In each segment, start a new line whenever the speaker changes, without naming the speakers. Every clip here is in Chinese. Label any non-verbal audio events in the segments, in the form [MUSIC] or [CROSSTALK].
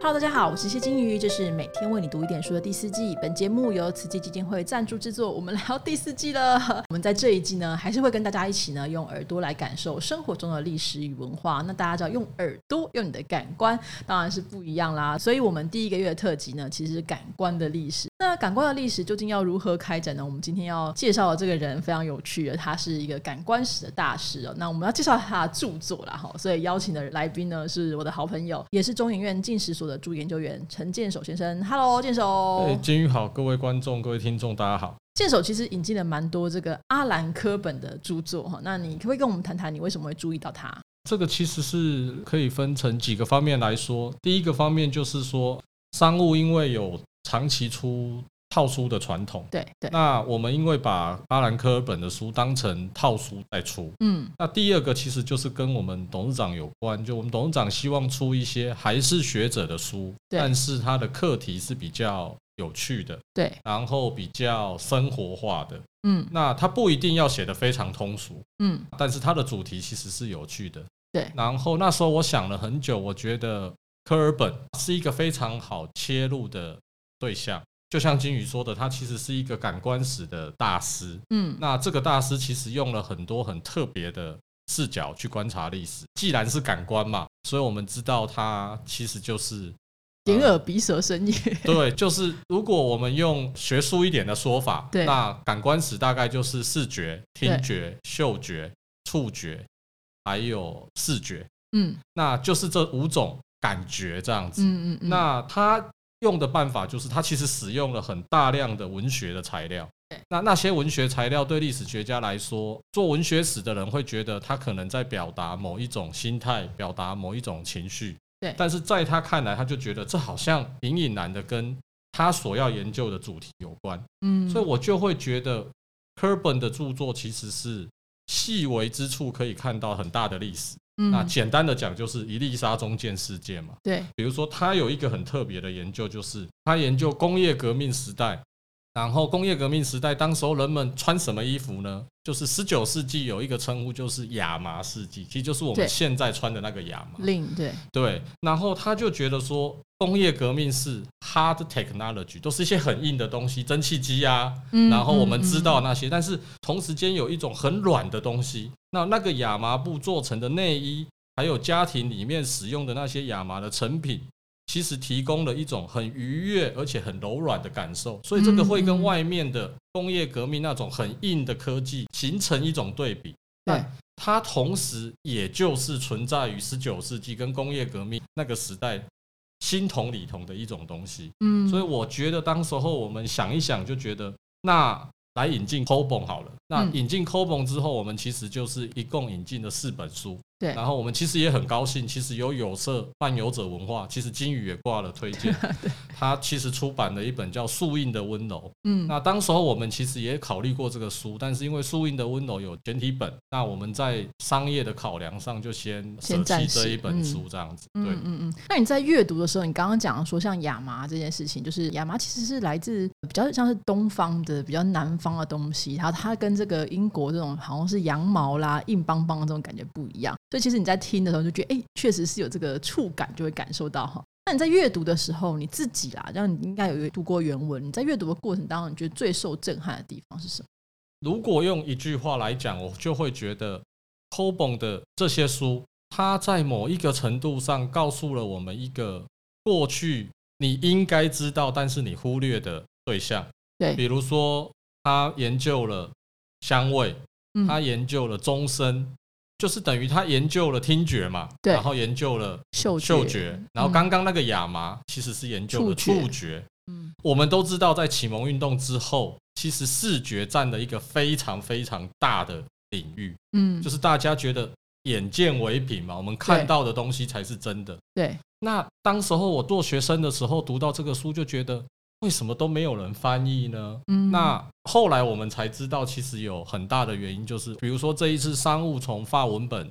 Hello，大家好，我是谢金鱼，这是每天为你读一点书的第四季。本节目由慈济基金会赞助制作，我们来到第四季了。我们在这一季呢，还是会跟大家一起呢，用耳朵来感受生活中的历史与文化。那大家知道，用耳朵，用你的感官，当然是不一样啦。所以，我们第一个月的特辑呢，其实是感官的历史。那感官的历史究竟要如何开展呢？我们今天要介绍的这个人非常有趣的，他是一个感官史的大师哦。那我们要介绍他的著作啦，哈，所以邀请的来宾呢是我的好朋友，也是中研院近史所的助研究员陈建守先生。Hello，建守。
哎，金鱼好，各位观众、各位听众，大家好。
建守其实引进了蛮多这个阿兰科本的著作哈，那你可不可以跟我们谈谈你为什么会注意到他？
这个其实是可以分成几个方面来说。第一个方面就是说，商务因为有长期出套书的传统，
对对，
那我们因为把阿兰科尔本的书当成套书在出。
嗯
那第二个其实就是跟我们董事长有关，就我们董事长希望出一些还是学者的书，
对
但是他的课题是比较有趣的，
对，
然后比较生活化的。
嗯
那他不一定要写的非常通俗，
嗯
但是它的主题其实是有趣的。
对
然后那时候我想了很久，我觉得科尔本是一个非常好切入的对象。就像金宇说的，他其实是一个感官史的大师。
嗯，
那这个大师其实用了很多很特别的视角去观察历史。既然是感官嘛，所以我们知道它其实就是
眼
呃
耳鼻舌身意，
[LAUGHS] 对，就是如果我们用学术一点的说法，
对
那感官史大概就是视觉、
对
听觉、嗅觉、触觉，还有视觉，
嗯
那就是这五种感觉这样子。
嗯嗯嗯，
那他用的办法就是，他其实使用了很大量的文学的材料
对。
那那些文学材料对历史学家来说，做文学史的人会觉得他可能在表达某一种心态，表达某一种情绪。
对
但是在他看来，他就觉得这好像隐隐然的跟他所要研究的主题有关。
嗯，
所以我就会觉得科本的著作其实是细微之处可以看到很大的历史。那
嗯
简单的讲，就是一粒沙中剑事件嘛。
对
比如说，他有一个很特别的研究，就是他研究工业革命时代。然后，工业革命时代，当时候人们穿什么衣服呢？就是十九世纪有一个称呼，就是亚麻世纪，其实就是我
对
们现在穿的那个亚麻。
令对
对，然后他就觉得说，工业革命是 hard technology，都是一些很硬的东西，蒸汽机啊，
嗯
然后我们
嗯
知道那些，但是同时间有一种很软的东西，那那个亚麻布做成的内衣，还有家庭里面使用的那些亚麻的成品，其实提供了一种很愉悦而且很柔软的感受，所以这个会
嗯嗯
跟
嗯
外面的工业革命那种很硬的科技形成一种对比。
对，
它同时也就是存在于十九世纪跟工业革命那个时代心同理同的一种东西。
嗯，
所以我觉得当时候我们想一想，就觉得那来引进 c o b o n 好了。那
嗯
引进 c o b o n 之后，我们其实就是一共引进了四本书。
对
然后我们其实也很高兴，其实有有色漫游者文化，其实金宇也挂了推荐
[LAUGHS] 对，
他其实出版了一本叫《树荫的温柔》。
嗯
那当时候我们其实也考虑过这个书，但是因为树荫的温柔有简体本，那我们在商业的考量上就先
先
舍
暂
弃
时
这一本
嗯
书这样子。对
嗯，嗯嗯，那你在阅读的时候，你刚刚讲说像亚麻这件事情，就是亚麻其实是来自比较像是东方的、比较南方的东西，然后它跟这个英国这种好像是羊毛啦、硬邦邦的这种感觉不一样，所以其实你在听的时候就觉得，哎、确实是有这个触感，就会感受到哈。那你在阅读的时候，你自己啦，让你应该有阅读过原文，你在阅读的过程当中，你觉得最受震撼的地方是什么？
如果用一句话来讲，我就会觉得 c o b o n 的这些书，它在某一个程度上告诉了我们一个过去你应该知道，但是你忽略的对象。
对
比如说他研究了香味，
嗯
他研究了钟声，就是等于他研究了听觉嘛，
对
然后研究了
嗅觉，
嗅觉，然后
嗯
刚刚那个亚麻其实是研究了
触觉
触觉。
嗯
我们都知道，在启蒙运动之后，其实视觉占了一个非常非常大的领域，
嗯，
就是大家觉得眼见为凭嘛，我们看到的东西才是真的。
对，
那当时候我做学生的时候，读到这个书就觉得，为什么都没有人翻译呢？
嗯，
那后来我们才知道，其实有很大的原因，就是比如说这一次商务从法文本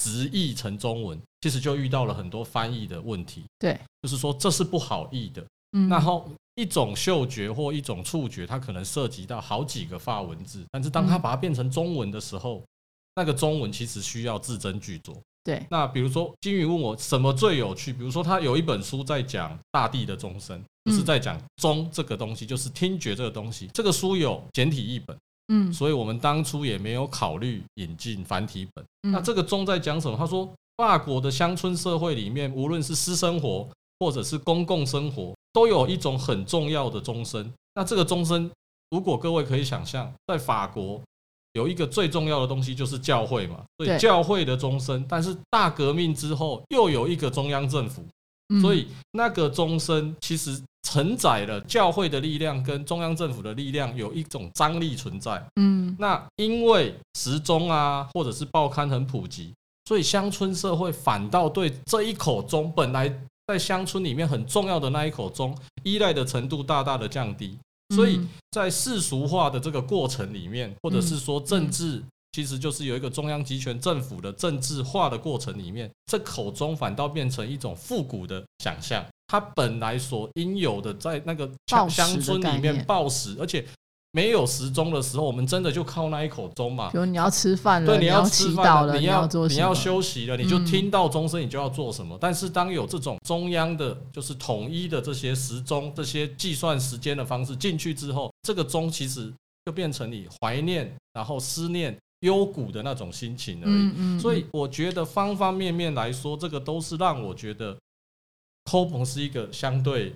直译成中文，其实就遇到了很多翻译的问题，
对，
就是说这是不好译的。
嗯
然后一种嗅觉或一种触觉，它可能涉及到好几个法文字，但是当它
嗯
把它变成中文的时候，那个中文其实需要字斟句酌。
对，
那比如说金鱼问我什么最有趣，比如说他有一本书在讲大地的钟声，
嗯
不是在讲钟这个东西，就是听觉这个东西。这个书有简体译本，
嗯，
所以我们当初也没有考虑引进繁体本。
嗯
那这个钟在讲什么？他说，法国的乡村社会里面，无论是私生活或者是公共生活，都有一种很重要的钟声。那这个钟声，如果各位可以想象，在法国有一个最重要的东西就是教会嘛，所
对
以教会的钟声。但是大革命之后，又有一个中央政府，
嗯
所以那个钟声其实承载了教会的力量跟中央政府的力量有一种张力存在。
嗯
那因为时钟啊，或者是报刊很普及，所以乡村社会反倒对这一口钟，本来在乡村里面很重要的那一口钟，依赖的程度大大的降低。所以
嗯
在世俗化的这个过程里面，或者是说政治，其实就是有一个中央集权政府的政治化的过程里面，这口钟反倒变成一种复古的想象。它本来所应有的，在那个
报
乡
时的
乡村
概
里
念
面报时，而且没有时钟的时候，我们真的就靠那一口钟嘛
比。如你要吃饭了，
对，你
要
吃
祈
饭
祷
了，
了，
你
要
要
做什
你
么？
要休息了，你就
嗯
听到钟声，你就要做什么。但是当有这种中央的，就是统一的这些时钟、这些计算时间的方式进去之后，这个钟其实就变成你怀念、然后思念、幽谷的那种心情而已。
嗯嗯，
所以我觉得方方面面来说，这个都是让我觉得抠棚是一个相对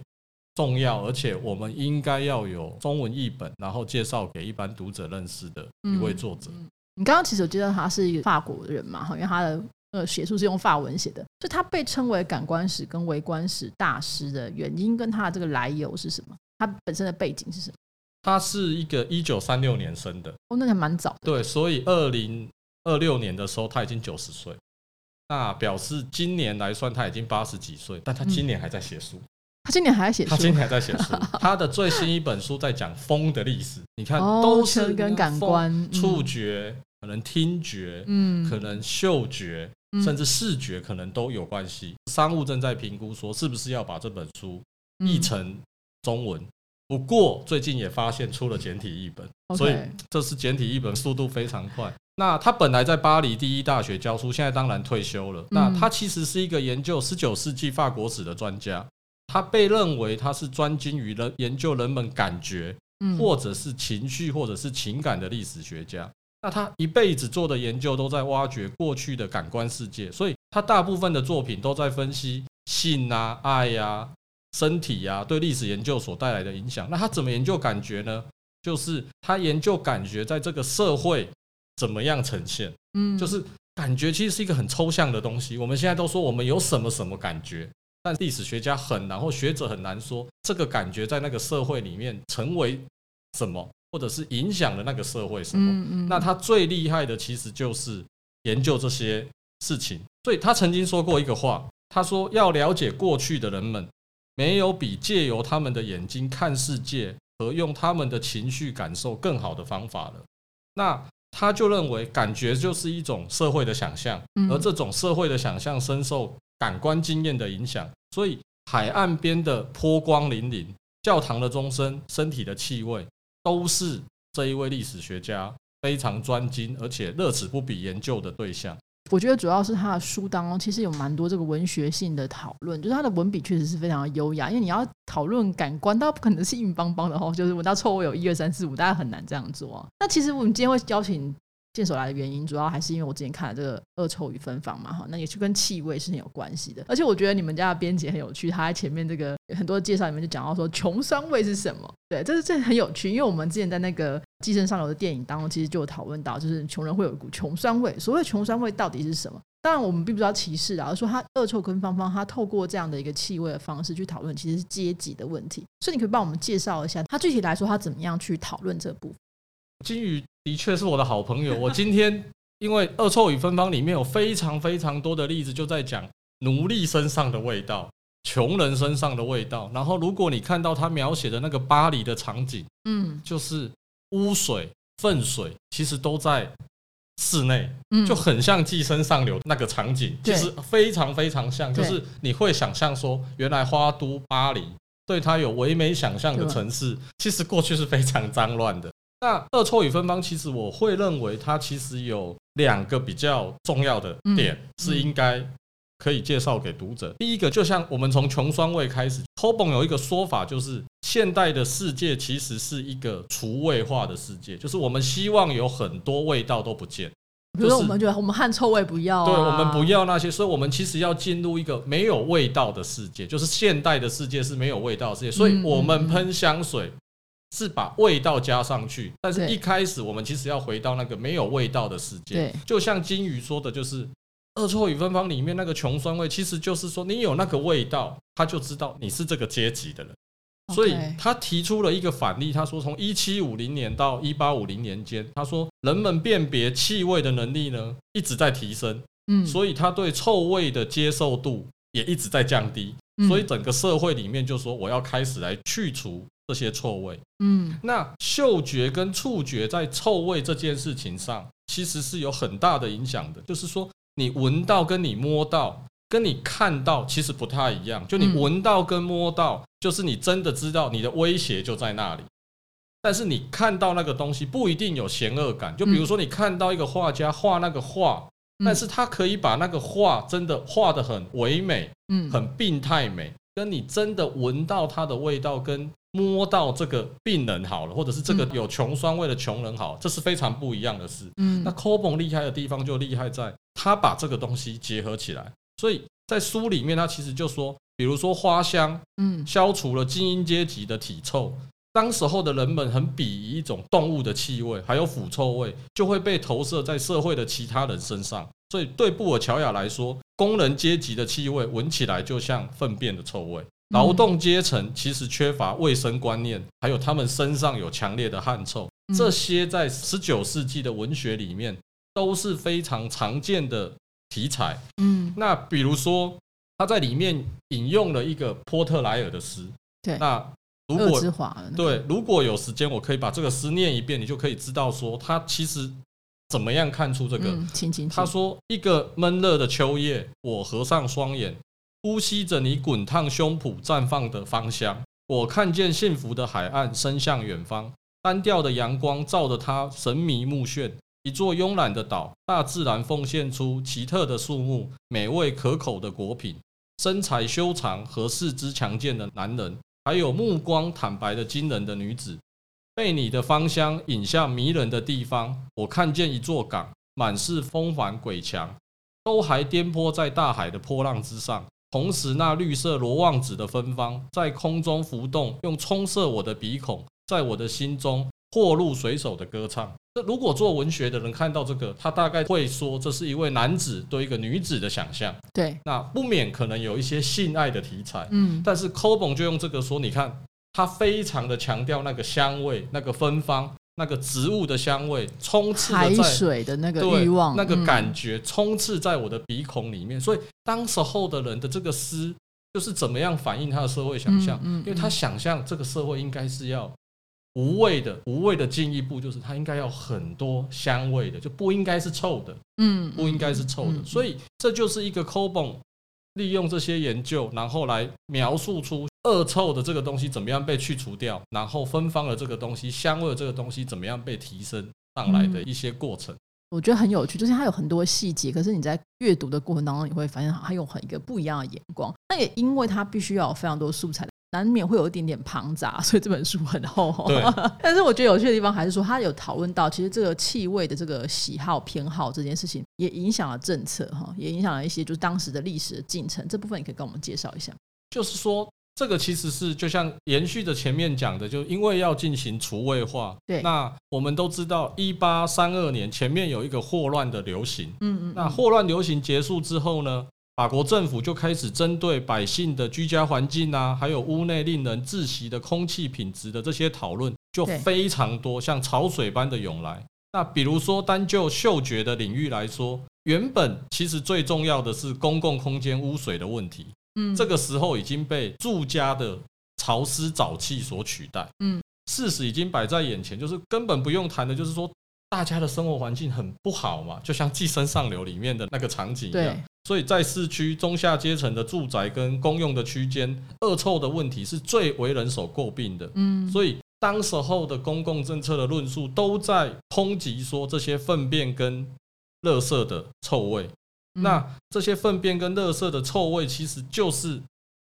重要，而且我们应该要有中文译本，然后介绍给一般读者认识的一位作者。
你刚刚其实有介绍他是一个法国人嘛，哈，因为他的呃写书是用法文写的，所以他被称为感官史跟微观史大师的原因跟他的这个来由是什么？他本身的背景是什么？
他是一个一九三六年生的，
哦，那还蛮早的，
对，所以二零二六年的时候他已经九十岁，那表示今年来算他已经八十几岁，但他今年还在写书。
他今年还在写
他
书
今，年还在写
[LAUGHS]
书，他的最新一本书在讲风的历史。你看，
哦
都是
跟感
风
官嗯
触觉、可能听觉、
嗯
可能嗅觉，
嗯
甚至视觉，可能都有关系。商务正在评估说，是不是要把这本书
嗯
译成中文。不过最近也发现出了简体译本，
OK
所以这是简体译本速度非常快。那他本来在巴黎第一大学教书，现在当然退休了。那他其实是一个研究十九世纪法国史的专家，他被认为他是专精于人研究人们感觉
嗯
或者是情绪或者是情感的历史学家。那他一辈子做的研究都在挖掘过去的感官世界，所以他大部分的作品都在分析性啊、爱呀、啊、身体呀、啊、对历史研究所带来的影响。那他怎么研究感觉呢？就是他研究感觉在这个社会怎么样呈现，
嗯
就是感觉其实是一个很抽象的东西。我们现在都说我们有什么什么感觉，但历史学家很难或学者很难说这个感觉在那个社会里面成为什么，或者是影响了那个社会什么。
嗯嗯，
那他最厉害的其实就是研究这些事情。所以他曾经说过一个话，他说要了解过去的人们，没有比借由他们的眼睛看世界和用他们的情绪感受更好的方法了。那他就认为感觉就是一种社会的想象，
嗯
而这种社会的想象深受感官经验的影响，所以海岸边的波光粼粼、教堂的钟声、身体的气味，都是这一位历史学家非常专精而且乐此不疲研究的对象。
我觉得主要是他的书当中，其实有蛮多这个文学性的讨论，就是他的文笔确实是非常的优雅，因为你要讨论感官，它不可能是硬邦邦的哦，就是闻到臭味有一二三四五，大家很难这样做、啊。那其实我们今天会邀请剑手来的原因，主要还是因为我之前看了这个《恶臭与芬芳》嘛，哈，那也是跟气味是很有关系的。而且我觉得你们家的编辑很有趣，他在前面这个很多介绍里面就讲到说穷酸味是什么，对，这是这很有趣，因为我们之前在那个《寄生上流》的电影当中，其实就有讨论到，就是穷人会有一股穷酸味。所谓穷酸味到底是什么？当然，我们并不知道歧视啊，而说他恶臭跟芳芳，他透过这样的一个气味的方式去讨论，其实是阶级的问题。所以你可以帮我们介绍一下，他具体来说他怎么样去讨论这部分？
金鱼的确是我的好朋友，我今天因为《恶臭与芬芳》里面有非常非常多的例子，就在讲奴隶身上的味道。穷人身上的味道，然后如果你看到他描写的那个巴黎的场景，
嗯
就是污水、粪水，其实都在室内，
嗯
就很像《寄生上流》那个场景，
对
其实非常非常像，就
对
是你会想象说，原来花都巴黎对它有唯美想象的
对
城市，其实过去是非常脏乱的。那《恶臭与芬芳》，其实我会认为它其实有两个比较重要的点
嗯
是应该可以介绍给读者。第一个，就像我们从穷酸味开始 h o b o n 有一个说法，就是现代的世界其实是一个除味化的世界，就是我们希望有很多味道都不见。
比如
就
说
是
我们觉得我们汗臭味不要、啊，
对，我们不要那些，所以我们其实要进入一个没有味道的世界，就是现代的世界是没有味道的世界，所以
嗯
我们
嗯
喷香水是把味道加上去，但是
对
一开始我们其实要回到那个没有味道的世界
对，
就像金鱼说的，就是。恶臭与芬芳里面那个穷酸味，其实就是说你有那个味道，他就知道你是这个阶级的人。所以
OK
他提出了一个反例，他说从一七五零年到一八五零年间，他说人们辨别气味的能力呢一直在提升，
嗯
所以他对臭味的接受度也一直在降低，
嗯
所以整个社会里面就说我要开始来去除这些臭味。
嗯
那嗅觉跟触觉在臭味这件事情上，其实是有很大的影响的。就是说，你闻到跟你摸到，跟你看到其实不太一样。就你
嗯
闻到跟摸到，就是你真的知道你的威胁就在那里。但是你看到那个东西不一定有嫌恶感。就比如说，你看到一个画家画那个画，
嗯
但是他可以把那个画真的画得很唯美，
嗯
很病态美，跟你真的闻到它的味道，跟摸到这个病人好了，或者是这个
嗯
有穷酸味的穷人好，这是非常不一样的事。
嗯
那 c o b o n 厉害的地方就厉害在他把这个东西结合起来，所以在书里面他其实就说，比如说花香
嗯
消除了精英阶级的体臭。当时候的人们很鄙夷一种动物的气味，还有腐臭味，就会被投射在社会的其他人身上。所以对布尔乔亚来说，工人阶级的气味闻起来就像粪便的臭味。
嗯
劳动阶层其实缺乏卫生观念，还有他们身上有强烈的汗臭，
嗯
这些在十九世纪的文学里面都是非常常见的题材。
嗯
那比如说，他在里面引用了一个波特莱尔的诗。
对
那如
恶
果
之华了，
对，如果有时间，我可以把这个诗念一遍，你就可以知道说他其实怎么样看出这个。
嗯，请请
他
请
说：“一个闷热的秋夜，我合上双眼，呼吸着你滚烫胸脯绽放的芳香。我看见幸福的海岸伸向远方，单调的阳光照得它神迷目眩。一座慵懒的岛，大自然奉献出奇特的树木、美味可口的果品、身材修长和四肢强健的男人，还有目光坦白的惊人的女子。”被你的芳香引向迷人的地方，我看见一座港，满是风帆鬼墙，都还颠簸在大海的波浪之上。同时，那绿色罗望子的芬芳在空中浮动，用冲射我的鼻孔，在我的心中破入水手的歌唱。这如果做文学的人看到这个，他大概会说，这是一位男子对一个女子的想象，
对，
那不免可能有一些性爱的题材。
嗯
但是 c o b o n 就用这个说，你看他非常的强调那个香味、那个芬芳、那个植物的香味，充斥
海
着在
水的那个
对
欲望，
那个
嗯
感觉充斥在我的鼻孔里面。所以当时候的人的这个诗，就是怎么样反映他的社会想象，
嗯嗯
因为他想象这个社会应该是要。无味的，无味的进一步就是它应该要很多香味的，就不应该是臭的。
嗯
不应该是臭
嗯
的。
嗯
所以这就是一个 c o b o n 利用这些研究，然后来描述出恶臭的这个东西怎么样被去除掉，然后芬芳的这个东西、香味的这个东西怎么样被提升上来
嗯
的一些过程。
我觉得很有趣，就是它有很多细节，可是你在阅读的过程当中，你会发现它用很一个不一样的眼光。那也因为它必须要有非常多素材，难免会有一点点庞杂，所以这本书很厚、
对
但是我觉得有趣的地方还是说，它有讨论到其实这个气味的这个喜好偏好这件事情，也影响了政策哈，也影响了一些就是当时的历史的进程。这部分你可以跟我们介绍一下。
就是说，这个其实是就像延续着前面讲的，就因为要进行除味化。
对
那我们都知道，一八三二年前面有一个霍乱的流行，
嗯嗯
那霍乱流行结束之后呢，法国政府就开始针对百姓的居家环境啊，还有屋内令人窒息的空气品质的这些讨论，就
对
非常多，像潮水般的涌来。那比如说，单就嗅觉的领域来说，原本其实最重要的是公共空间污水的问题，
嗯
这个时候已经被住家的潮湿沼气所取代。
嗯，
事实已经摆在眼前，就是根本不用谈的，就是说大家的生活环境很不好嘛，就像《寄生上流》里面的那个场景一样
对。
所以在市区中下阶层的住宅跟公用的区间，恶臭的问题是最为人所诟病的。
嗯
所以当时候的公共政策的论述都在抨击说这些粪便跟垃圾的臭味。
嗯
那这些粪便跟垃圾的臭味，其实就是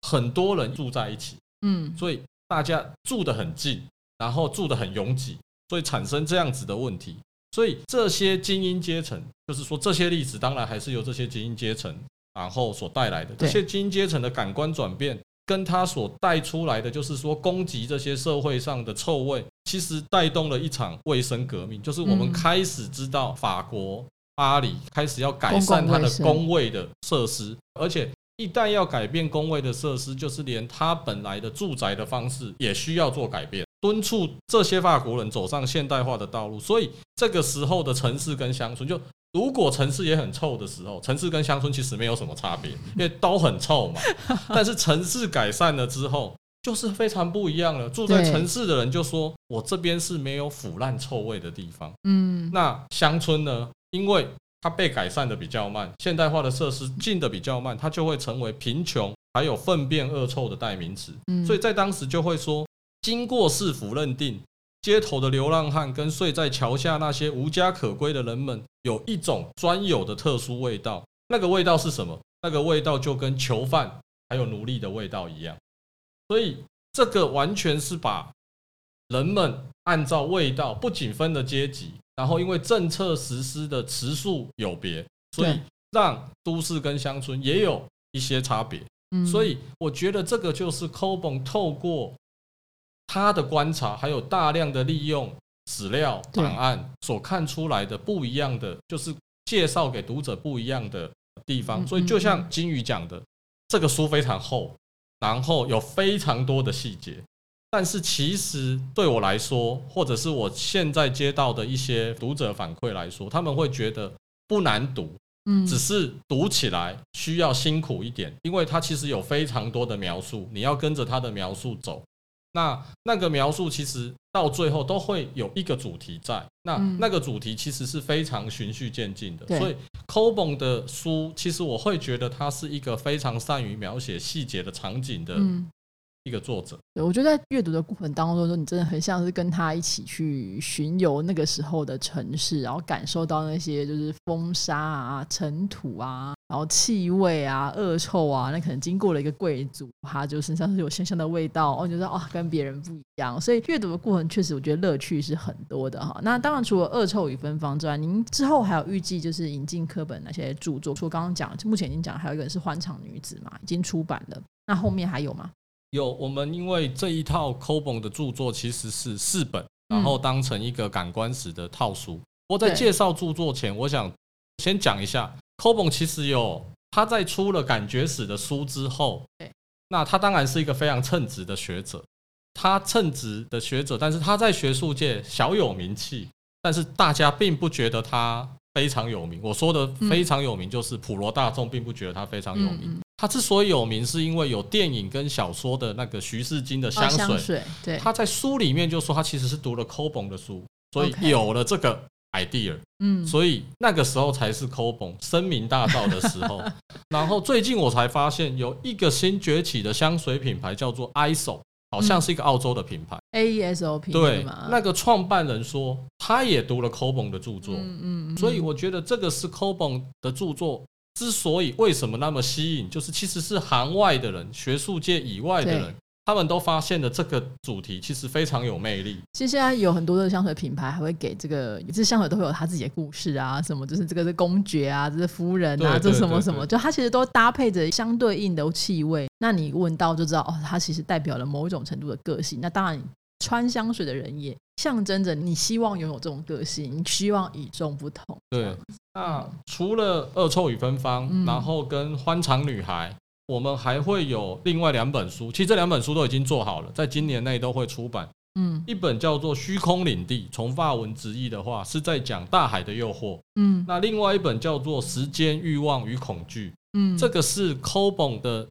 很多人住在一起，
嗯
所以大家住得很近，然后住得很拥挤，所以产生这样子的问题。所以这些精英阶层，就是说这些例子，当然还是由这些精英阶层然后所带来的。这
对
些精英阶层的感官转变，跟他所带出来的，就是说攻击这些社会上的臭味，其实带动了一场卫生革命，就是我们
嗯
开始知道法国巴黎开始要改
公共
善它的
卫生
工位的设施，而且一旦要改变工位的设施，就是连它本来的住宅的方式也需要做改变，敦促这些法国人走上现代化的道路。所以这个时候的城市跟乡村就。如果城市也很臭的时候，城市跟乡村其实没有什么差别，因为都很臭嘛。但是城市改善了之后，就是非常不一样了。住在
对
城市的人就说：“我这边是没有腐烂臭味的地方。”
嗯，
那乡村呢，因为它被改善的比较慢，现代化的设施进的比较慢，它就会成为贫穷还有粪便恶臭的代名词。
嗯
所以在当时就会说，经过市府认定，街头的流浪汉跟睡在桥下那些无家可归的人们，有一种专有的特殊味道。那个味道是什么？那个味道就跟囚犯还有奴隶的味道一样。所以这个完全是把人们按照味道不仅分的阶级，然后因为政策实施的时数有别，所以
对
让都市跟乡村也有一些差别。
嗯
所以我觉得这个就是 Cobon 透过他的观察，还有大量的利用史料
对
档案所看出来的不一样的，就是介绍给读者不一样的地
嗯
方。所以就
嗯
像金鱼讲的，这个书非常厚，然后有非常多的细节。但是其实对我来说，或者是我现在接到的一些读者反馈来说，他们会觉得不难读，
嗯
只是读起来需要辛苦一点，因为它其实有非常多的描述，你要跟着它的描述走。那那个描述其实到最后都会有一个主题在，那
嗯
那个主题其实是非常循序渐进的。
对
所以 c o b o n 的书，其实我会觉得他是一个非常善于描写细节的场景的
嗯。
一个作者。
对，我觉得在阅读的过程当中，说你真的很像是跟他一起去巡游那个时候的城市，然后感受到那些就是风沙啊、尘土啊，然后气味啊、恶臭啊。那可能经过了一个贵族，他就身上是有香香的味道，哦，你就知道哦，跟别人不一样。所以阅读的过程确实，我觉得乐趣是很多的哈。那当然，除了恶臭与芬芳之外，您之后还有预计就是引进课本那些著作，除了刚刚讲，目前已经讲，还有一本是《欢场女子》嘛，已经出版了。那后面还有吗？
有我们因为这一套 c o b o n 的著作其实是四本，然后当成一个感官史的套书。我在
嗯对
介绍著作前，我想先讲一下 c o b o n 其实有他在出了感觉史的书之后
对，
那他当然是一个非常称职的学者，他称职的学者，但是他在学术界小有名气，但是大家并不觉得他非常有名。我说的非常有名，就是普罗大众并不觉得他非常有名。
嗯嗯嗯
他之所以有名，是因为有电影跟小说的那个徐世金的
哦
香水。
水对，
他在书里面就说他其实是读了 c o b o n 的书，所以
OK
有了这个 idea，、
嗯，
所以那个时候才是 c o b o n 声名大噪的时
[LAUGHS]
候。然后最近我才发现有一个新崛起的香水品牌叫做 ISO，好
嗯
像是一个澳洲的品牌。
A E S O P
对
嘛，，
那个创办人说他也读了 c o b o n 的著作，
嗯嗯，嗯
所以我觉得这个是 c o b o n 的著作之所以为什么那么吸引，就是其实是行外的人、学术界以外的
对
人，他们都发现了这个主题其实非常有魅力。
其实现在有很多的香水品牌还会给这个，这香水都会有他自己的故事啊，什么就是这个是公爵啊，这是夫人啊，
对
这
对
什么
对
什么，
对
就它其实都搭配着相对应的气味。那你闻到就知道哦，它其实代表了某一种程度的个性。那当然，穿香水的人也象征着你希望拥有这种个性，你希望与众不同。
对，那除了《恶臭与芬芳》
嗯
然后跟《欢场女孩》，我们还会有另外两本书，其实这两本书都已经做好了，在今年内都会出版。
嗯
一本叫做《虚空领地》，从法文直译的话是在讲大海的诱惑；
嗯
那另外一本叫做《时间、欲望与恐惧》。
嗯，
这个是 c o b o n 的，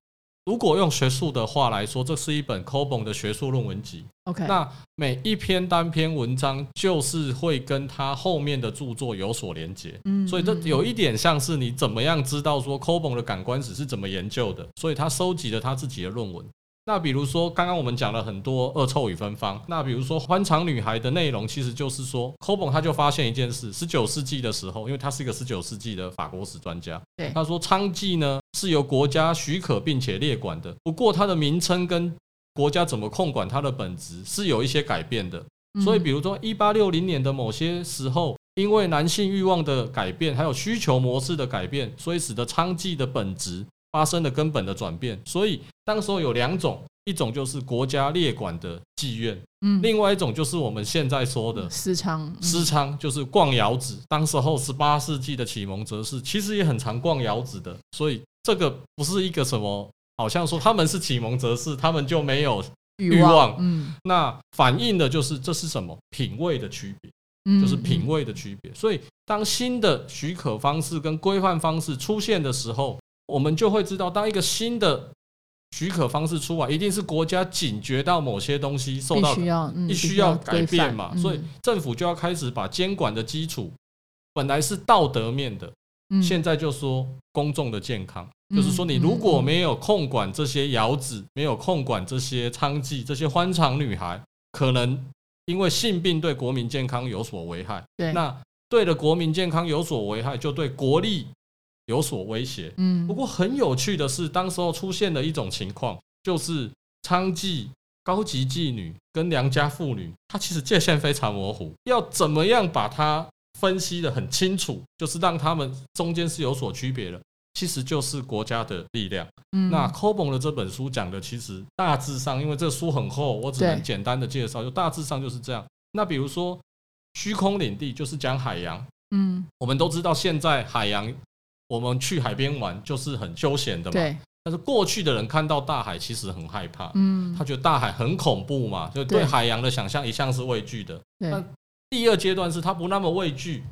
如果用学术的话来说，这是一本 c o b o n 的学术论文集。
OK，
那每一篇单篇文章就是会跟他后面的著作有所连接，
嗯
所以这
嗯
有一点像是你怎么样知道说 c o b o n 的感官史是怎么研究的，所以他收集了他自己的论文。那比如说，刚刚我们讲了很多恶臭与芬芳。那比如说，《欢场女孩》的内容其实就是说 c o b o n 他就发现一件事：十九世纪的时候，因为他是一个十九世纪的法国史专家，
对
他说娼妓呢是由国家许可并且列管的，不过它的名称跟国家怎么控管它的本质是有一些改变的。所
嗯
以，比如说一八六零年的某些时候，因为男性欲望的改变，还有需求模式的改变，所以使得娼妓的本质发生了根本的转变。所以，当时候有两种，一种就是国家列管的妓院，
嗯，
另外一种就是我们现在说的
私娼，嗯
私娼就是逛窑子，当时候十八世纪的启蒙哲士其实也很常逛窑子的，所以这个不是一个什么，好像说他们是启蒙哲士，他们就没有
欲
欲望
嗯
那反映的就是这是什么品味的区别，
嗯，
就是品味的区别。所以当新的许可方式跟规范方式出现的时候，我们就会知道，当一个新的许可方式出来，一定是国家警觉到某些东西受
必
到
须要，嗯
必须要改变嘛，所以政府就要开始把监管的基础，本来是道德面的，
嗯
现在就说公众的健康，就是说你如果没有控管这些窑子，没有控管这些娼妓、这些欢场女孩，可能因为性病对国民健康有所危害，
对
那对了国民健康有所危害，就对国力有所威胁。
嗯，
不过很有趣的是，当时候出现了一种情况，就是娼妓、高级妓女跟良家妇女，它其实界限非常模糊，要怎么样把它分析的很清楚，就是让他们中间是有所区别的。其实就是国家的力量。
嗯
那 c o b o n 的这本书讲的，其实大致上，因为这书很厚，我只能
对
简单的介绍，就大致上就是这样。那比如说，虚空领地就是讲海洋，
嗯
我们都知道，现在海洋，我们去海边玩就是很休闲的嘛。
对
但是过去的人看到大海，其实很害怕，
嗯
他觉得大海很恐怖嘛，就
对
对海洋的想象一向是畏惧的。
对
那第二阶段是他不那么畏惧，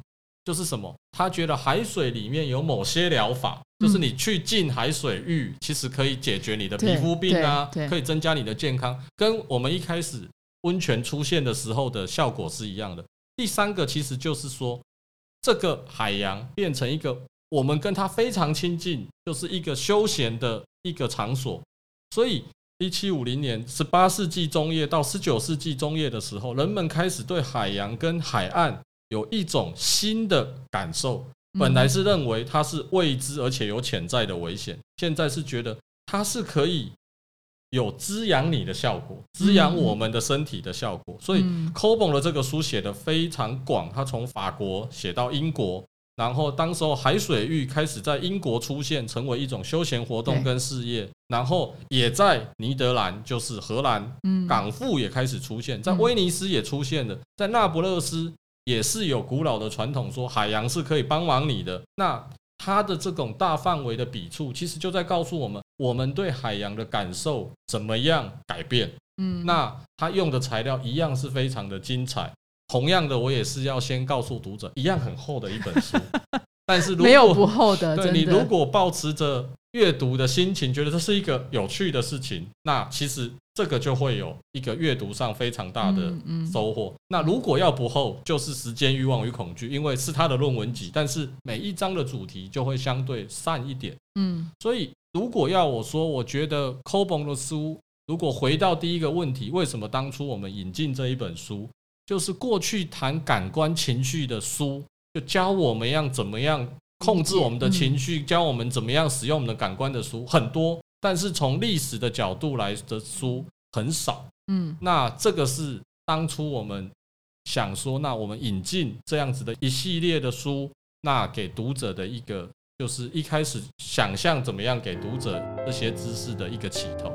就是什么？他觉得海水里面有某些疗法，
嗯
就是你去进海水浴，其实可以解决你的皮
对
肤病啊
对对，
可以增加你的健康，跟我们一开始温泉出现的时候的效果是一样的。第三个其实就是说，这个海洋变成一个我们跟它非常亲近，就是一个休闲的一个场所。所以，一七五零年十八世纪中叶到十九世纪中叶的时候，人们开始对海洋跟海岸有一种新的感受。
嗯
本来是认为它是未知而且有潜在的危险，现在是觉得它是可以有滋养你的效果，滋养我们的身体的效果。所以
嗯
c o b o n 的这个书写的非常广，他从法国写到英国，然后当时候海水浴开始在英国出现，成为一种休闲活动
对
跟事业，然后也在尼德兰，就是荷兰
嗯
港埠也开始出现，在
嗯
威尼斯也出现了，在那不勒斯也是有古老的传统说海洋是可以帮忙你的。那它的这种大范围的笔触，其实就在告诉我们，我们对海洋的感受怎么样改变。
嗯
那他用的材料一样是非常的精彩。同样的，我也是要先告诉读者，一样很厚的一本
[LAUGHS]
书。但是如果
没有不厚的，
对
真
你
的
如果保持着阅读的心情，觉得这是一个有趣的事情，那其实这个就会有一个阅读上非常大的
嗯嗯
收获。那如果要不厚，就是《时间欲望与恐惧》，因为是他的论文集，但是每一章的主题就会相对散一点。
嗯
所以，如果要我说，我觉得 c o b o n 的书，如果回到第一个问题，为什么当初我们引进这一本书，就是过去谈感官情绪的书，就教我们要怎么样控制我们的情绪，教我们怎么样使用我们的感官的书很多，但是从历史的角度来的书很少。
嗯
那这个是当初我们想说，那我们引进这样子的一系列的书，那给读者的一个就是一开始想象怎么样给读者这些知识的一个起头。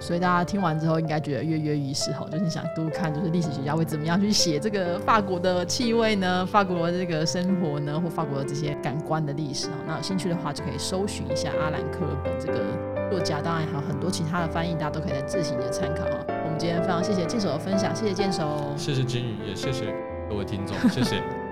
所以大家听完之后应该觉得跃跃欲试哈，就是你想多看，就是历史学家会怎么样去写这个法国的气味呢，法国的这个生活呢，或法国的这些感官的历史哈。那有兴趣的话就可以搜寻一下阿兰克尔本这个作家，当然还有很多其他的翻译，大家都可以来自行的参考哈。我们今天非常谢谢剑手的分享，谢谢剑手，
[LAUGHS] 谢谢金宇，也谢谢各位听众，谢谢。